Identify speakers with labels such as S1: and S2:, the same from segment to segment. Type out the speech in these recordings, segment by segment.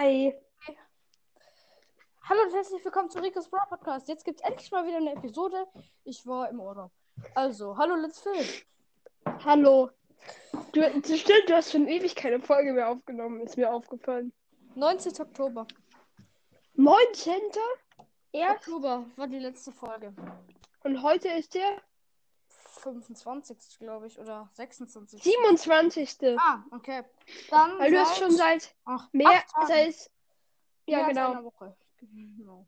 S1: Hi.
S2: Hallo und herzlich willkommen zu Ricos Brawl Podcast. Jetzt gibt es endlich mal wieder eine Episode. Ich war im Urlaub. Also, hallo Let's Film.
S1: Hallo. Du, das stimmt, du hast schon ewig keine Folge mehr aufgenommen, ist mir aufgefallen.
S2: 19. Oktober.
S1: 19. Erst
S2: Oktober war die letzte Folge.
S1: und heute ist der
S2: 25. glaube ich oder 26.
S1: 27.
S2: Ah, okay. Dann
S1: Weil du hast schon seit
S2: ach,
S1: mehr
S2: acht Tagen.
S1: als. Ja,
S2: Mehr als
S1: genau.
S2: einer Woche. Genau.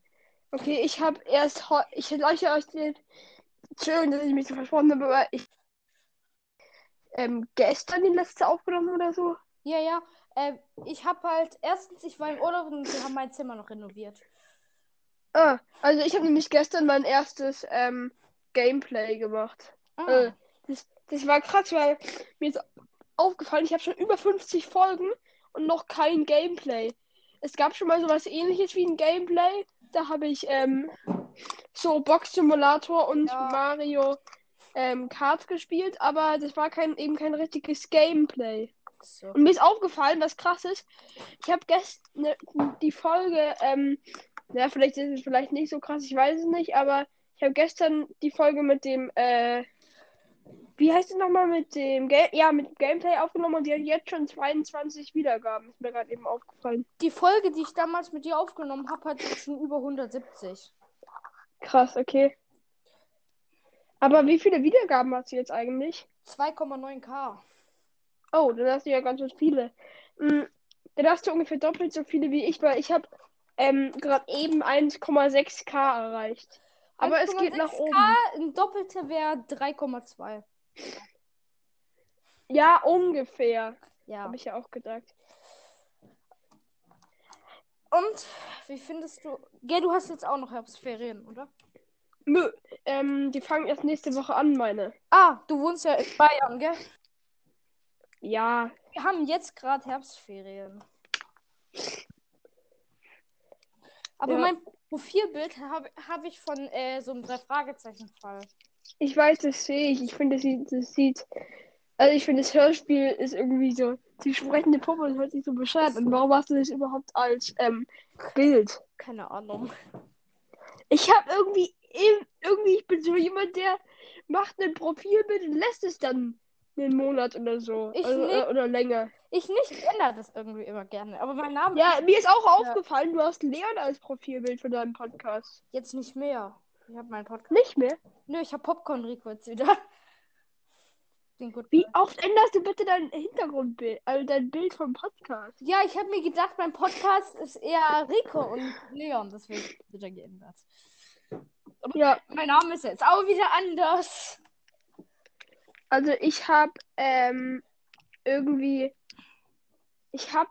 S1: Okay, ich habe erst. heu- Ich leuchte euch den. Entschuldigung, dass ich mich so versprochen habe, aber ich. Ähm, gestern die letzte aufgenommen oder so.
S2: Ja, ja. Äh, ich habe halt, erstens, ich war im Urlaub und wir haben mein Zimmer noch renoviert.
S1: Ah, also ich habe nämlich gestern mein erstes ähm, Gameplay gemacht.
S2: Ah,
S1: Äh, das, das war krass, weil mir ist aufgefallen, ich habe schon über 50 Folgen und noch kein Gameplay. Es gab schon mal sowas ähnliches wie ein Gameplay. Da habe ich ähm, so Box Simulator und
S2: Ja.
S1: Mario ähm, Kart gespielt, aber das war kein, eben kein richtiges Gameplay.
S2: so.
S1: Und mir ist aufgefallen, was krass ist, ich habe gestern ne, die Folge, ähm, ja, vielleicht ist es vielleicht nicht so krass, ich weiß es nicht, aber ich habe gestern die Folge mit dem, äh, wie heißt es nochmal, mit dem Game, ja, mit dem Gameplay aufgenommen und die hat jetzt schon 22 Wiedergaben, ist mir gerade eben aufgefallen.
S2: Die Folge, die ich damals mit dir aufgenommen habe, hat schon über 170.
S1: Krass, okay. Aber wie viele Wiedergaben hast du jetzt eigentlich?
S2: 2,9k.
S1: Oh, dann hast du ja ganz schön viele. Hm, dann hast du ungefähr doppelt so viele wie ich, weil ich habe ähm, gerade eben 1,6k erreicht. Aber es geht nach
S2: 1,6K,
S1: oben.
S2: Ein Doppelte wäre 3,2.
S1: Ja, ungefähr.
S2: Ja.
S1: Habe ich ja auch gedacht.
S2: Und wie findest du. Gell, du hast jetzt auch noch Herbstferien, oder?
S1: Mö, ähm, die fangen erst nächste Woche an, meine.
S2: Ah, du wohnst ja in Bayern, gell?
S1: Ja,
S2: Wir haben jetzt gerade Herbstferien. Aber
S1: Ja.
S2: mein Profilbild habe hab ich von äh, so einem Drei-Fragezeichen-Fall.
S1: ich weiß, das sehe ich. Ich finde, das sieht, das sieht. Also, ich finde, das Hörspiel ist irgendwie so. Die sprechende Puppe das hört sich so bescheuert an. Warum hast du das überhaupt als ähm, Bild?
S2: Keine Ahnung.
S1: Ich habe irgendwie, im- irgendwie, ich bin so jemand, der macht ein Profilbild und lässt es dann einen Monat oder so.
S2: Ich
S1: also,
S2: nicht.
S1: äh, oder länger.
S2: Ich nicht, ich ändere das irgendwie immer gerne. Aber mein Name
S1: Ja, mir ist auch
S2: Ja.
S1: aufgefallen, du hast Leon als Profilbild für deinen Podcast.
S2: jetzt nicht mehr. Ich habe meinen Podcast.
S1: Nicht mehr?
S2: Nö, ich habe Popcorn Rico jetzt wieder. Den gut.
S1: Wie oft änderst du bitte dein Hintergrundbild, also dein Bild vom Podcast?
S2: Ja, ich habe mir gedacht, mein Podcast ist eher Rico und Leon, deswegen wieder geändert.
S1: Ja,
S2: Mein Name ist jetzt auch wieder anders.
S1: also ich habe ähm, irgendwie, ich habe,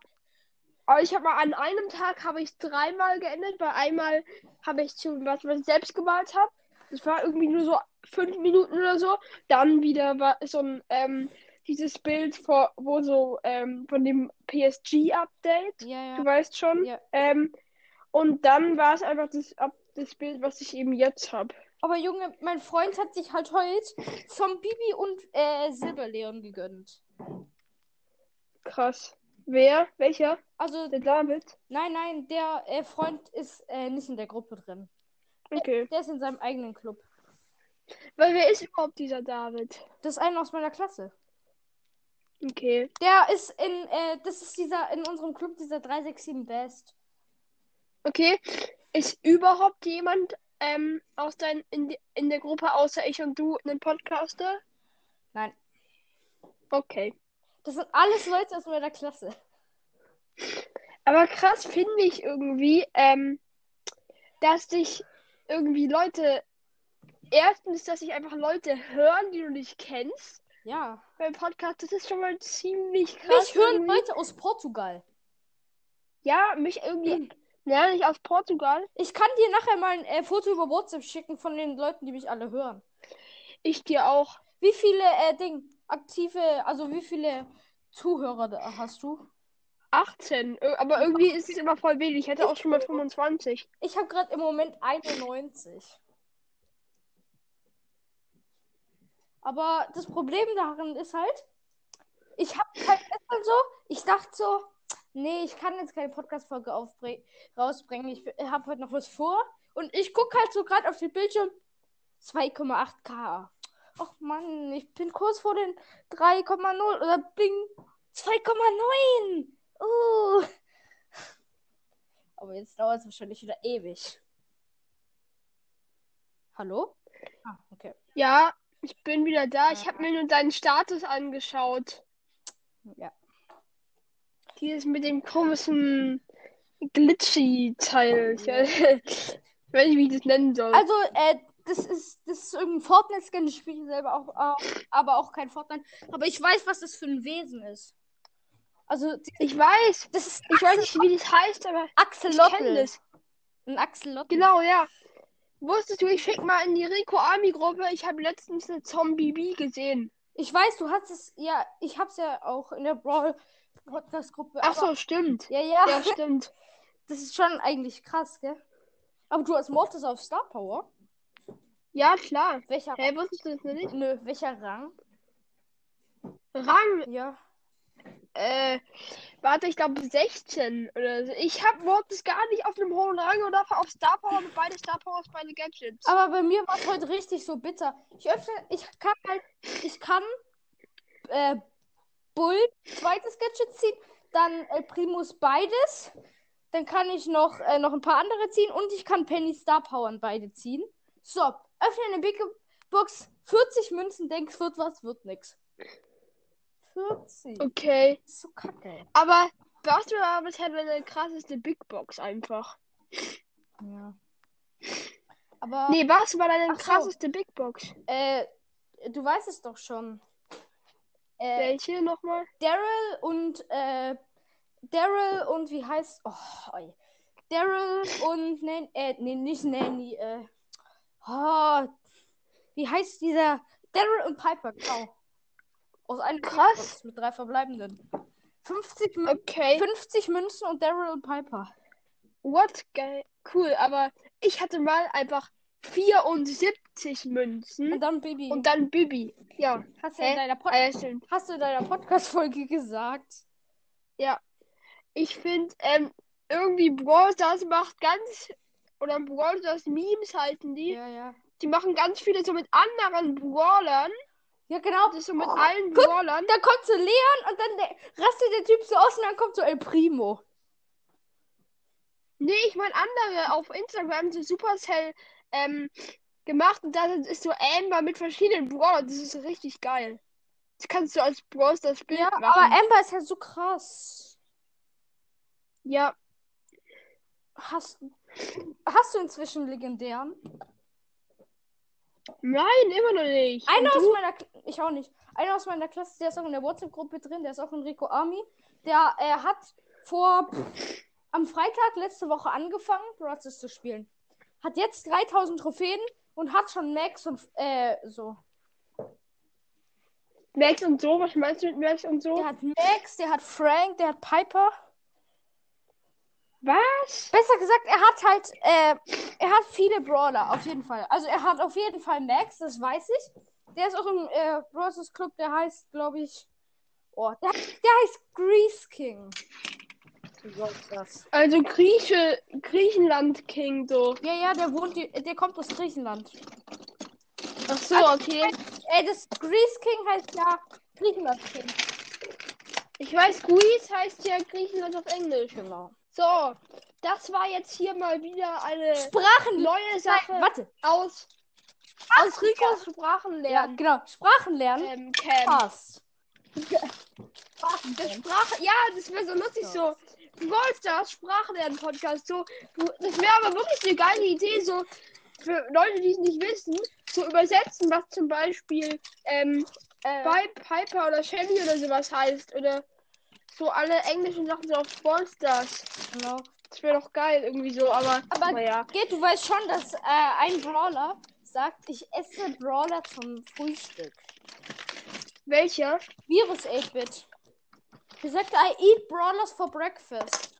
S1: aber ich habe mal an einem Tag habe ich dreimal geändert, weil einmal habe ich zu was, was ich selbst gemalt habe. Das war irgendwie nur so fünf Minuten oder so. Dann wieder war so ein ähm, dieses Bild vor, wo so ähm, von dem PSG-Update.
S2: Ja,
S1: Du
S2: ja.
S1: weißt schon.
S2: Ja.
S1: Ähm, und dann war es einfach das, ab- das Bild, was ich eben jetzt habe.
S2: Aber Junge, mein Freund hat sich halt heute zum Bibi und äh, Silberleon gegönnt.
S1: Krass. Wer? Welcher?
S2: Also,
S1: Der David?
S2: nein, nein, der äh, Freund ist äh, nicht in der Gruppe drin.
S1: Okay.
S2: Der ist in seinem eigenen Club.
S1: Weil wer ist überhaupt dieser David?
S2: Das ist einer aus meiner Klasse.
S1: Okay.
S2: Der ist in, äh, das ist dieser, in unserem Club, dieser 367 Best.
S1: Okay. Ist überhaupt jemand ähm, aus dein, in, die- in der Gruppe außer ich und du ein Podcaster?
S2: Nein.
S1: Okay.
S2: Das sind alles Leute aus meiner Klasse.
S1: Aber krass finde ich irgendwie, ähm, dass dich irgendwie Leute. Erstens, dass sich einfach Leute hören, die du nicht kennst.
S2: Ja.
S1: beim Podcast, das ist schon mal ziemlich krass.
S2: Mich hören
S1: irgendwie.
S2: Leute aus Portugal.
S1: Ja, mich irgendwie lerne ich aus Portugal.
S2: Ich kann dir nachher mal ein äh, Foto über WhatsApp schicken von den Leuten, die mich alle hören.
S1: Ich dir auch.
S2: Wie viele äh, Ding, aktive, also wie viele Zuhörer da hast du?
S1: 18. Ir- Äh, Aber irgendwie ist es immer voll wenig. Ich hätte auch schon mal 25.
S2: Ich habe gerade im Moment 91. Aber das Problem daran ist halt, ich habe kein also so, ich dachte so, Nee, ich kann jetzt keine Podcast-Folge aufbre- rausbringen. Ich habe heute noch was vor. Und ich gucke halt so gerade auf den Bildschirm 2,8k. Och Mann, ich bin kurz vor den 3,0 oder bing 2,9. Uh. Aber jetzt dauert es wahrscheinlich wieder ewig. Hallo? Ah, okay.
S1: Ja, ich bin wieder da. Ich habe mir nur deinen Status angeschaut.
S2: Ja.
S1: Dieses mit dem komischen Glitchy-Teil. Ich weiß ich weiß nicht, wie ich das nennen soll.
S2: Also, äh, das ist, das ist irgendein Fortnite-Skin. Ich spiele selber auch, auch, aber auch kein Fortnite. Aber ich weiß, was das für ein Wesen ist. Also, die-
S1: ich weiß.
S2: das ist
S1: Ich weiß nicht, wie das heißt, aber ich kenne
S2: Axolotl.
S1: das.
S2: Ein Axolotl.
S1: Genau, ja. Wusstest du, ich schick mal in die Rico Army Gruppe. Ich habe letztens eine Zombie Bee gesehen.
S2: Ich weiß, du hast es, ja, ich hab's ja auch in der Brawl Podcast-Gruppe.
S1: Ach
S2: aber-
S1: so, stimmt.
S2: Ja, ja,
S1: Ja, stimmt.
S2: das ist schon eigentlich krass, gell? Aber du hast Mortis auf Star Power.
S1: Ja, klar.
S2: Welcher
S1: Hä, wusstest du das noch nicht?
S2: Nö, welcher Rang?
S1: Rang,
S2: Ja.
S1: äh, warte, ich glaube 16 oder so. Ich habe Mortis gar nicht auf einem hohen Rang und dafür auf Star Power mit beide Star Powers, beide Gadgets.
S2: Aber bei mir war es heute richtig so bitter. Ich öffne, ich kann halt, ich kann äh, Bull, zweites Gadget ziehen, dann äh, Primus beides, dann kann ich noch, äh, noch ein paar andere ziehen und ich kann Penny Star Powern beide ziehen. So, öffne eine Big Box, 40 Münzen, denkst, wird was, wird nix. 40.
S1: Okay.
S2: Ist so kacke.
S1: Aber warst du aber bisher deine krasseste Big Box einfach?
S2: Ja. Aber,
S1: Nee, warst du bei deiner
S2: Ach so.
S1: krasseste Big Box?
S2: äh, du weißt es doch schon. Äh,
S1: Welche nochmal?
S2: Daryl und äh, Daryl und wie heißt oh, oi. Daryl und Nan äh, nee, nicht Nanny, äh, oh, wie heißt dieser Daryl und Piper, genau. Aus einem
S1: Krass.
S2: Box mit drei verbleibenden. 50, Mün
S1: Okay.
S2: 50 Münzen und Daryl und Piper.
S1: What? Geil. Cool, aber ich hatte mal einfach 74 Münzen
S2: Und dann Baby.
S1: Hm? und dann Bibi. Ja,
S2: hast, du in
S1: hä?
S2: deiner Pod
S1: äh, stimmt.
S2: hast du in deiner Podcast-Folge gesagt?
S1: Ich finde, ähm, irgendwie Brawl Stars macht ganz, oder Brawl Stars Memes halten die,
S2: Ja, ja.
S1: die machen ganz viele so mit anderen Brawlern,
S2: Ja, genau.
S1: das ist so mit
S2: Oh,
S1: allen
S2: guck.
S1: Brawlern.
S2: Und dann kommt so Leon und dann der, rastet der Typ so aus und dann kommt so El Primo.
S1: Nee, ich meine andere auf Instagram, so Supercell, ähm, gemacht und da sind- ist so Amber mit verschiedenen Brawlern, das ist richtig geil. Das kannst du als Brawl Stars Bild
S2: Ja,
S1: machen.
S2: aber äh, Amber ist ja so krass.
S1: ja.
S2: Hast, hast du inzwischen legendären?
S1: Nein, immer noch nicht. Und
S2: Einer aus
S1: du?
S2: meiner Kla- ich auch nicht. Einer aus meiner Klasse, der ist auch in der WhatsApp-Gruppe drin, der ist auch in Rico Army. Der äh, hat vor pff, am Freitag letzte Woche angefangen, Brothers zu spielen. Hat jetzt 3000 Trophäen und hat schon Max und äh, so.
S1: Max und so, was meinst du mit Max und so?
S2: Der hat Max, der hat Frank, der hat Piper.
S1: Was?
S2: Besser gesagt, er hat halt, äh, er hat viele Brawler, auf jeden Fall. Also er hat auf jeden Fall Max, das weiß ich. Der ist auch im äh, Brawlers Club, der heißt, glaube ich, oh, der, der heißt Grease King.
S1: Also Grieche, Griechenland King so.
S2: Ja, ja, der wohnt, der kommt aus Griechenland.
S1: Ach so, okay.
S2: Äh, das Grease King heißt ja Griechenland King.
S1: Ich weiß, Greece heißt ja Griechenland auf Englisch.
S2: Genau.
S1: So, das war jetzt hier mal wieder eine
S2: Sprachen.
S1: neue Sache
S2: Nein, warte.
S1: aus, aus Ricos
S2: Ja,
S1: Sprachenlernen.
S2: genau. Sprachen lernen.
S1: Ähm, Camp.
S2: Spaß. Sprachen
S1: Das
S2: lernen.
S1: Sprach, ja, das wäre so lustig, so. Brawl Stars Sprachlern-Podcast, so. Du- Das wäre aber wirklich eine geile Idee, so. Für Leute, die es nicht wissen, zu übersetzen, was zum Beispiel ähm,
S2: Äh,
S1: bei Piper oder Shelly oder sowas heißt. Oder so alle englischen Sachen so auf Brawl Stars.
S2: genau.
S1: Das wäre doch geil irgendwie so, aber.
S2: Aber-
S1: naja.
S2: Geht, du weißt schon, dass äh, ein Brawler sagt, ich esse Brawler zum Frühstück.
S1: Welcher?
S2: Virus 8-Bit. Er sagt, I eat Brawlers for breakfast.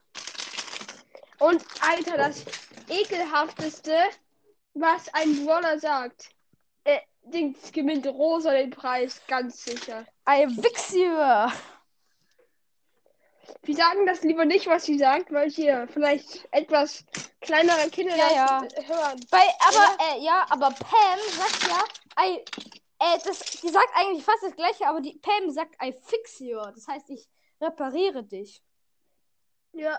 S1: Und Alter, das ekelhafteste, was ein Brawler sagt. Äh, Dings gewinnt Rosa den Preis, ganz sicher.
S2: I fix you.
S1: Wir sagen das lieber nicht, was sie sagt, weil hier vielleicht etwas kleinere Kinder
S2: Ja,
S1: das äh, hören.
S2: Bei, aber, äh, ja, aber Pam sagt ja, I, äh, das, die sagt eigentlich fast das gleiche, aber die Pam sagt I fix you. Das heißt, ich repariere dich.
S1: Ja.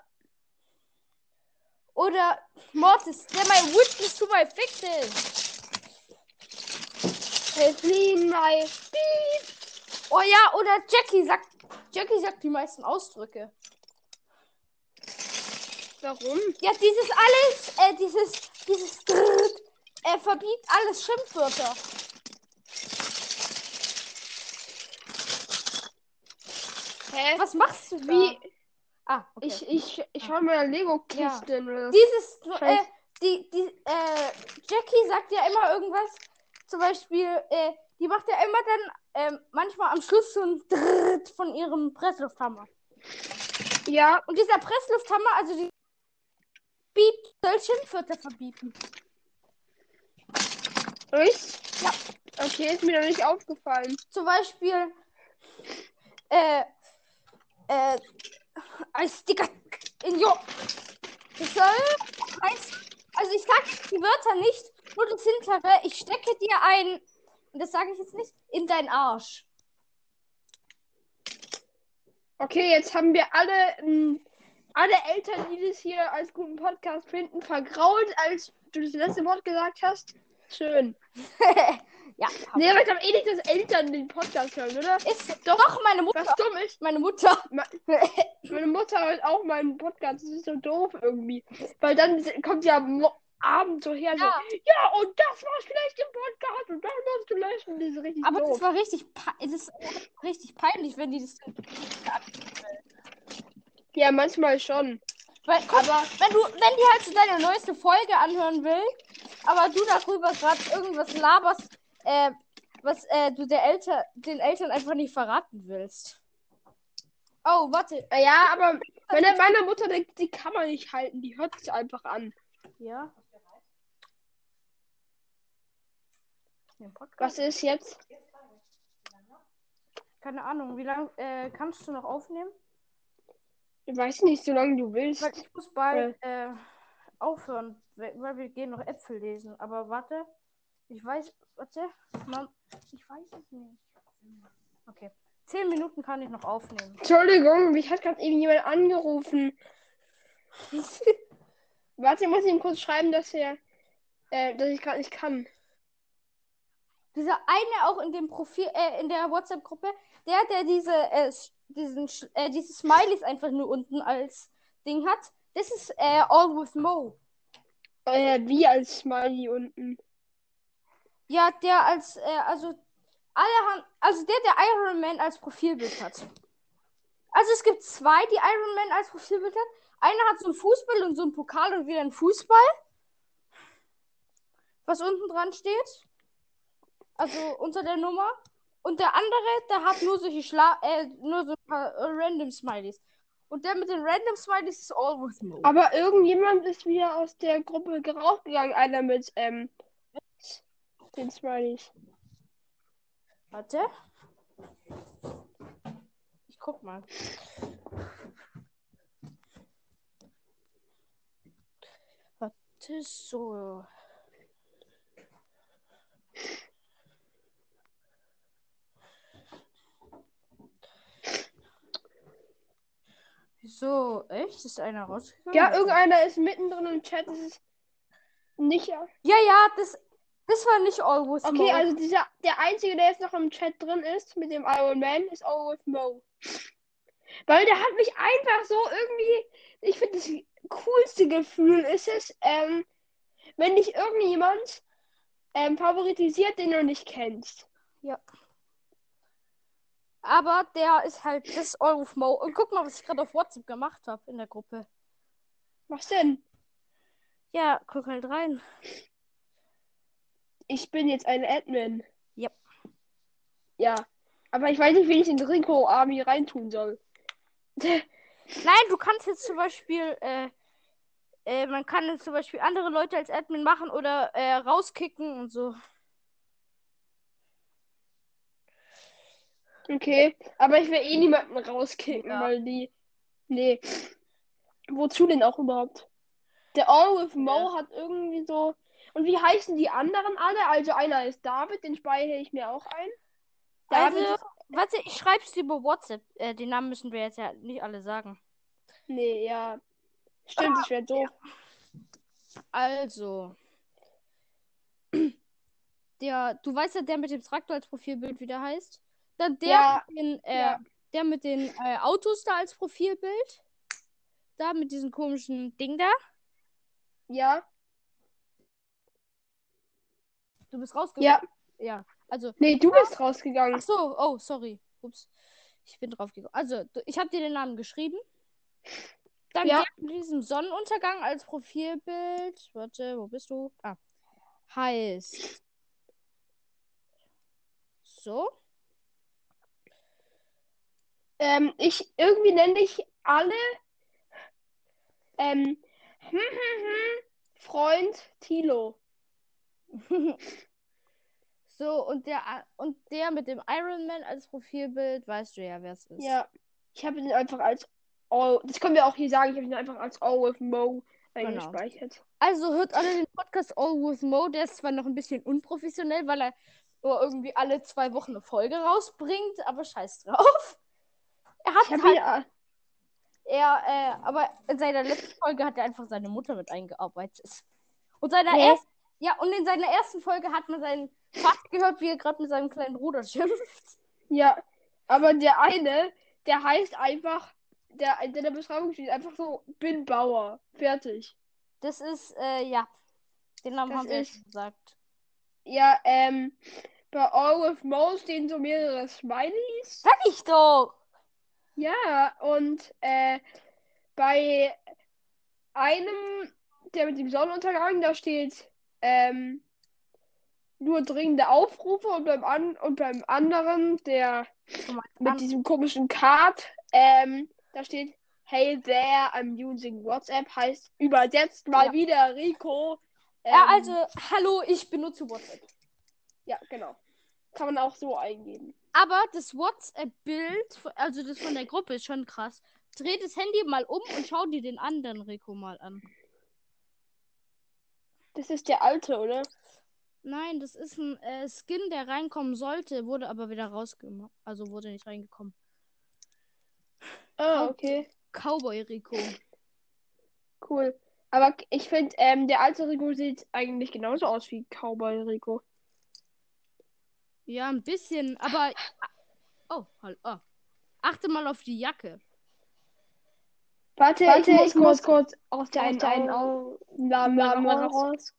S2: Oder Mortis, der my witness to my fixes.
S1: Helflin, my
S2: Oh ja, oder Jackie sagt, Jackie sagt die meisten Ausdrücke.
S1: Warum?
S2: Ja, dieses alles, äh, dieses, dieses, Drrrt, äh, verbietet alles Schimpfwörter.
S1: Hä?
S2: Was machst du da?
S1: Wie?
S2: Ah, okay.
S1: Ich, ich, ich schau mal Lego-Kisten oder so.
S2: Dieses, äh,
S1: Scheiß-
S2: die, die, äh, Jackie sagt ja immer irgendwas. Zum Beispiel, äh, die macht ja immer dann, äh, manchmal am Schluss so ein Drrrt von ihrem Presslufthammer.
S1: Ja,
S2: Und dieser Presslufthammer, also die Beep, soll Schimpfwörter verbieten.
S1: ich?
S2: Ja.
S1: Okay, ist mir noch nicht aufgefallen.
S2: Zum Beispiel, äh, äh, ein Sticker in Jo. Das soll heißen, also ich sage jetzt die Wörter nicht, nur das hintere. Ich stecke dir ein, und das sage ich jetzt nicht, in deinen Arsch.
S1: Okay, jetzt haben wir alle, ähm, alle Eltern, die das hier als guten Podcast finden, vergrault, als du das letzte Wort gesagt hast. Schön.
S2: ja, hab-
S1: Nee, aber ich glaube eh nicht, dass Eltern den Podcast hören, oder?
S2: ist doch, meine Mutter.
S1: Was dumm ist,
S2: Meine Mutter.
S1: Ma- meine Mutter hört auch meinen Podcast. Das ist so doof irgendwie. Weil dann kommt ja am Abend so her,
S2: Ja.
S1: so, ja, und das war schlecht im Podcast und das musst du löschen. Das ist richtig
S2: Aber das
S1: doof.
S2: war richtig, pe- es ist richtig peinlich, wenn die das.
S1: Ja, manchmal schon.
S2: Weil, guck, wenn du, wenn die halt so deine neueste Folge anhören will, aber du darüber gerade irgendwas laberst, äh, was äh, du der Elter, den Eltern einfach nicht verraten willst. Oh, warte.
S1: Ja, aber meine, meiner Mutter, die, die kann man nicht halten. Die hört sich einfach an.
S2: Ja.
S1: Was ist jetzt?
S2: Keine Ahnung, wie lange äh, kannst du noch aufnehmen?
S1: Ich weiß nicht, solange du willst.
S2: Weil ich muss bald äh, aufhören, we- weil wir gehen noch Äpfel lesen. Aber warte, ich weiß, warte, Mom, ich weiß es nicht. Okay, zehn Minuten kann ich noch aufnehmen.
S1: Entschuldigung, mich hat gerade eben jemand angerufen. Warte, ich muss ihm kurz schreiben, dass er, äh, dass ich gerade nicht kann.
S2: Dieser eine auch in dem Profil, äh, in der WhatsApp-Gruppe, der, der diese, äh, sch- diesen, sch- äh, diese Smileys einfach nur unten als Ding hat, das ist äh, All with Mo.
S1: Äh, wie als Smiley unten.
S2: Ja, der als, äh, also alle haben, also der, der Iron Man als Profilbild hat. Also es gibt zwei, die Iron Man als Profilbild hat. Einer hat so einen Fußball und so einen Pokal und wieder einen Fußball. Was unten dran steht. Also unter der Nummer. Und der andere, der hat nur solche Schla äh, nur so ein paar äh, random Smileys. Und der mit den random Smileys ist all with Mo.
S1: Aber irgendjemand ist wieder aus der Gruppe rausgegangen. Einer mit, ähm, den Smileys.
S2: Warte. Ich guck mal. Warte, so. Wieso? Echt? Ist einer rausgegangen?
S1: Ja, irgendeiner ist mittendrin im Chat. Das ist nicht.
S2: Ja, ja, das, das war nicht All with
S1: Okay,
S2: Mo.
S1: also dieser, der einzige, der jetzt noch im Chat drin ist mit dem Iron Man, ist Owen Mo. Weil der hat mich einfach so irgendwie. Ich finde, das coolste Gefühl ist es, ähm, wenn dich irgendjemand ähm, favoritisiert, den du nicht kennst.
S2: Aber der ist halt das All with Mo. Und guck mal, was ich gerade auf WhatsApp gemacht habe in der Gruppe.
S1: Was denn?
S2: Ja, guck halt rein.
S1: Ich bin jetzt ein Admin.
S2: Yep.
S1: Ja. Aber ich weiß nicht, wie ich den Rico Army reintun soll.
S2: Nein, du kannst jetzt zum Beispiel, äh, äh, man kann jetzt zum Beispiel andere Leute als Admin machen oder äh, rauskicken und so.
S1: Okay. Aber ich will eh niemanden rauskicken,
S2: Ja.
S1: weil die Nee. Wozu denn auch überhaupt? Der All with Mo hat irgendwie so. Und wie heißen die anderen alle? Also einer ist David, den speichere ich mir auch ein. David
S2: Also,
S1: ist.
S2: warte, ich schreib's dir über WhatsApp. Äh, den Namen müssen wir jetzt ja nicht alle sagen.
S1: Nee, ja.
S2: Ah,
S1: Stimmt, ich werde doof.
S2: Also. Der, du weißt ja, der mit dem Traktor als Profilbild, wie der heißt. Dann der
S1: Ja,
S2: mit den, äh,
S1: ja.
S2: der mit den äh, Autos da als Profilbild. Da mit diesem komischen Ding da.
S1: Ja,
S2: Du bist rausgegangen.
S1: ja.
S2: Ja. ja. Also,
S1: Nee, du bist
S2: ach
S1: rausgegangen.
S2: so, oh, sorry. Ups. Ich bin draufgegangen. Also, du- ich habe dir den Namen geschrieben. Dann
S1: Ja.
S2: der mit diesem Sonnenuntergang als Profilbild. Warte, wo bist du? Ah. Heißt. So.
S1: Ähm, ich irgendwie nenne ich alle ähm, Freund Tilo.
S2: So, und der, a- und der mit dem Iron Man als Profilbild, weißt du ja, wer es ist.
S1: Ja, ich habe ihn einfach als All, das können wir auch hier sagen, ich habe ihn einfach als All with Mo eingespeichert.
S2: Also hört alle den Podcast All With Mo, der ist zwar noch ein bisschen unprofessionell, weil er nur irgendwie alle zwei Wochen eine Folge rausbringt, aber scheiß drauf. Er
S1: Ich äh,
S2: hat
S1: habe
S2: halt,
S1: ihn,
S2: er, äh, aber in seiner letzten Folge hat er einfach seine Mutter mit eingearbeitet. Und seiner
S1: Hä?
S2: ersten, ja, und in seiner ersten Folge hat man seinen Vater gehört, wie er gerade mit seinem kleinen Bruder schimpft.
S1: ja, aber der eine, der heißt einfach, der in der Beschreibung steht einfach so, bin Bauer. Fertig.
S2: Das ist, äh, ja, den Namen
S1: Das
S2: haben wir ja
S1: ist-
S2: schon gesagt.
S1: Ja, ähm, bei All with Mo stehen so mehrere Smileys.
S2: Sag ich doch!
S1: Ja, und äh, bei einem, der mit dem Sonnenuntergang, da steht ähm, nur dringende Aufrufe und beim, an und beim anderen, der mit diesem komischen Card, ähm, da steht Hey there, I'm using WhatsApp, heißt übersetzt mal
S2: Ja.
S1: wieder Rico.
S2: Ja,
S1: Ähm,
S2: also, hallo, ich benutze WhatsApp.
S1: ja, genau. Kann man auch so eingeben.
S2: Aber das WhatsApp-Bild, also das von der Gruppe, ist schon krass. Dreh das Handy mal um und schau dir den anderen Rico mal an.
S1: Das ist der alte, oder?
S2: Nein, das ist ein äh, Skin, der reinkommen sollte, wurde aber wieder rausgemacht. Also wurde nicht reingekommen.
S1: Ah,
S2: Oh.
S1: okay.
S2: Cowboy Rico.
S1: Cool. Aber k- ich finde, ähm, der alte Rico sieht eigentlich genauso aus wie Cowboy Rico.
S2: Ja, ein bisschen, aber. Oh, hallo. Oh. Achte mal auf die Jacke.
S1: Warte,
S3: Warte,
S1: ich muss
S3: ich muss
S1: kurz, kurz aus der
S3: aus
S1: einen,
S3: der einen
S1: einen Namen
S3: Namen
S1: raus.
S3: raus.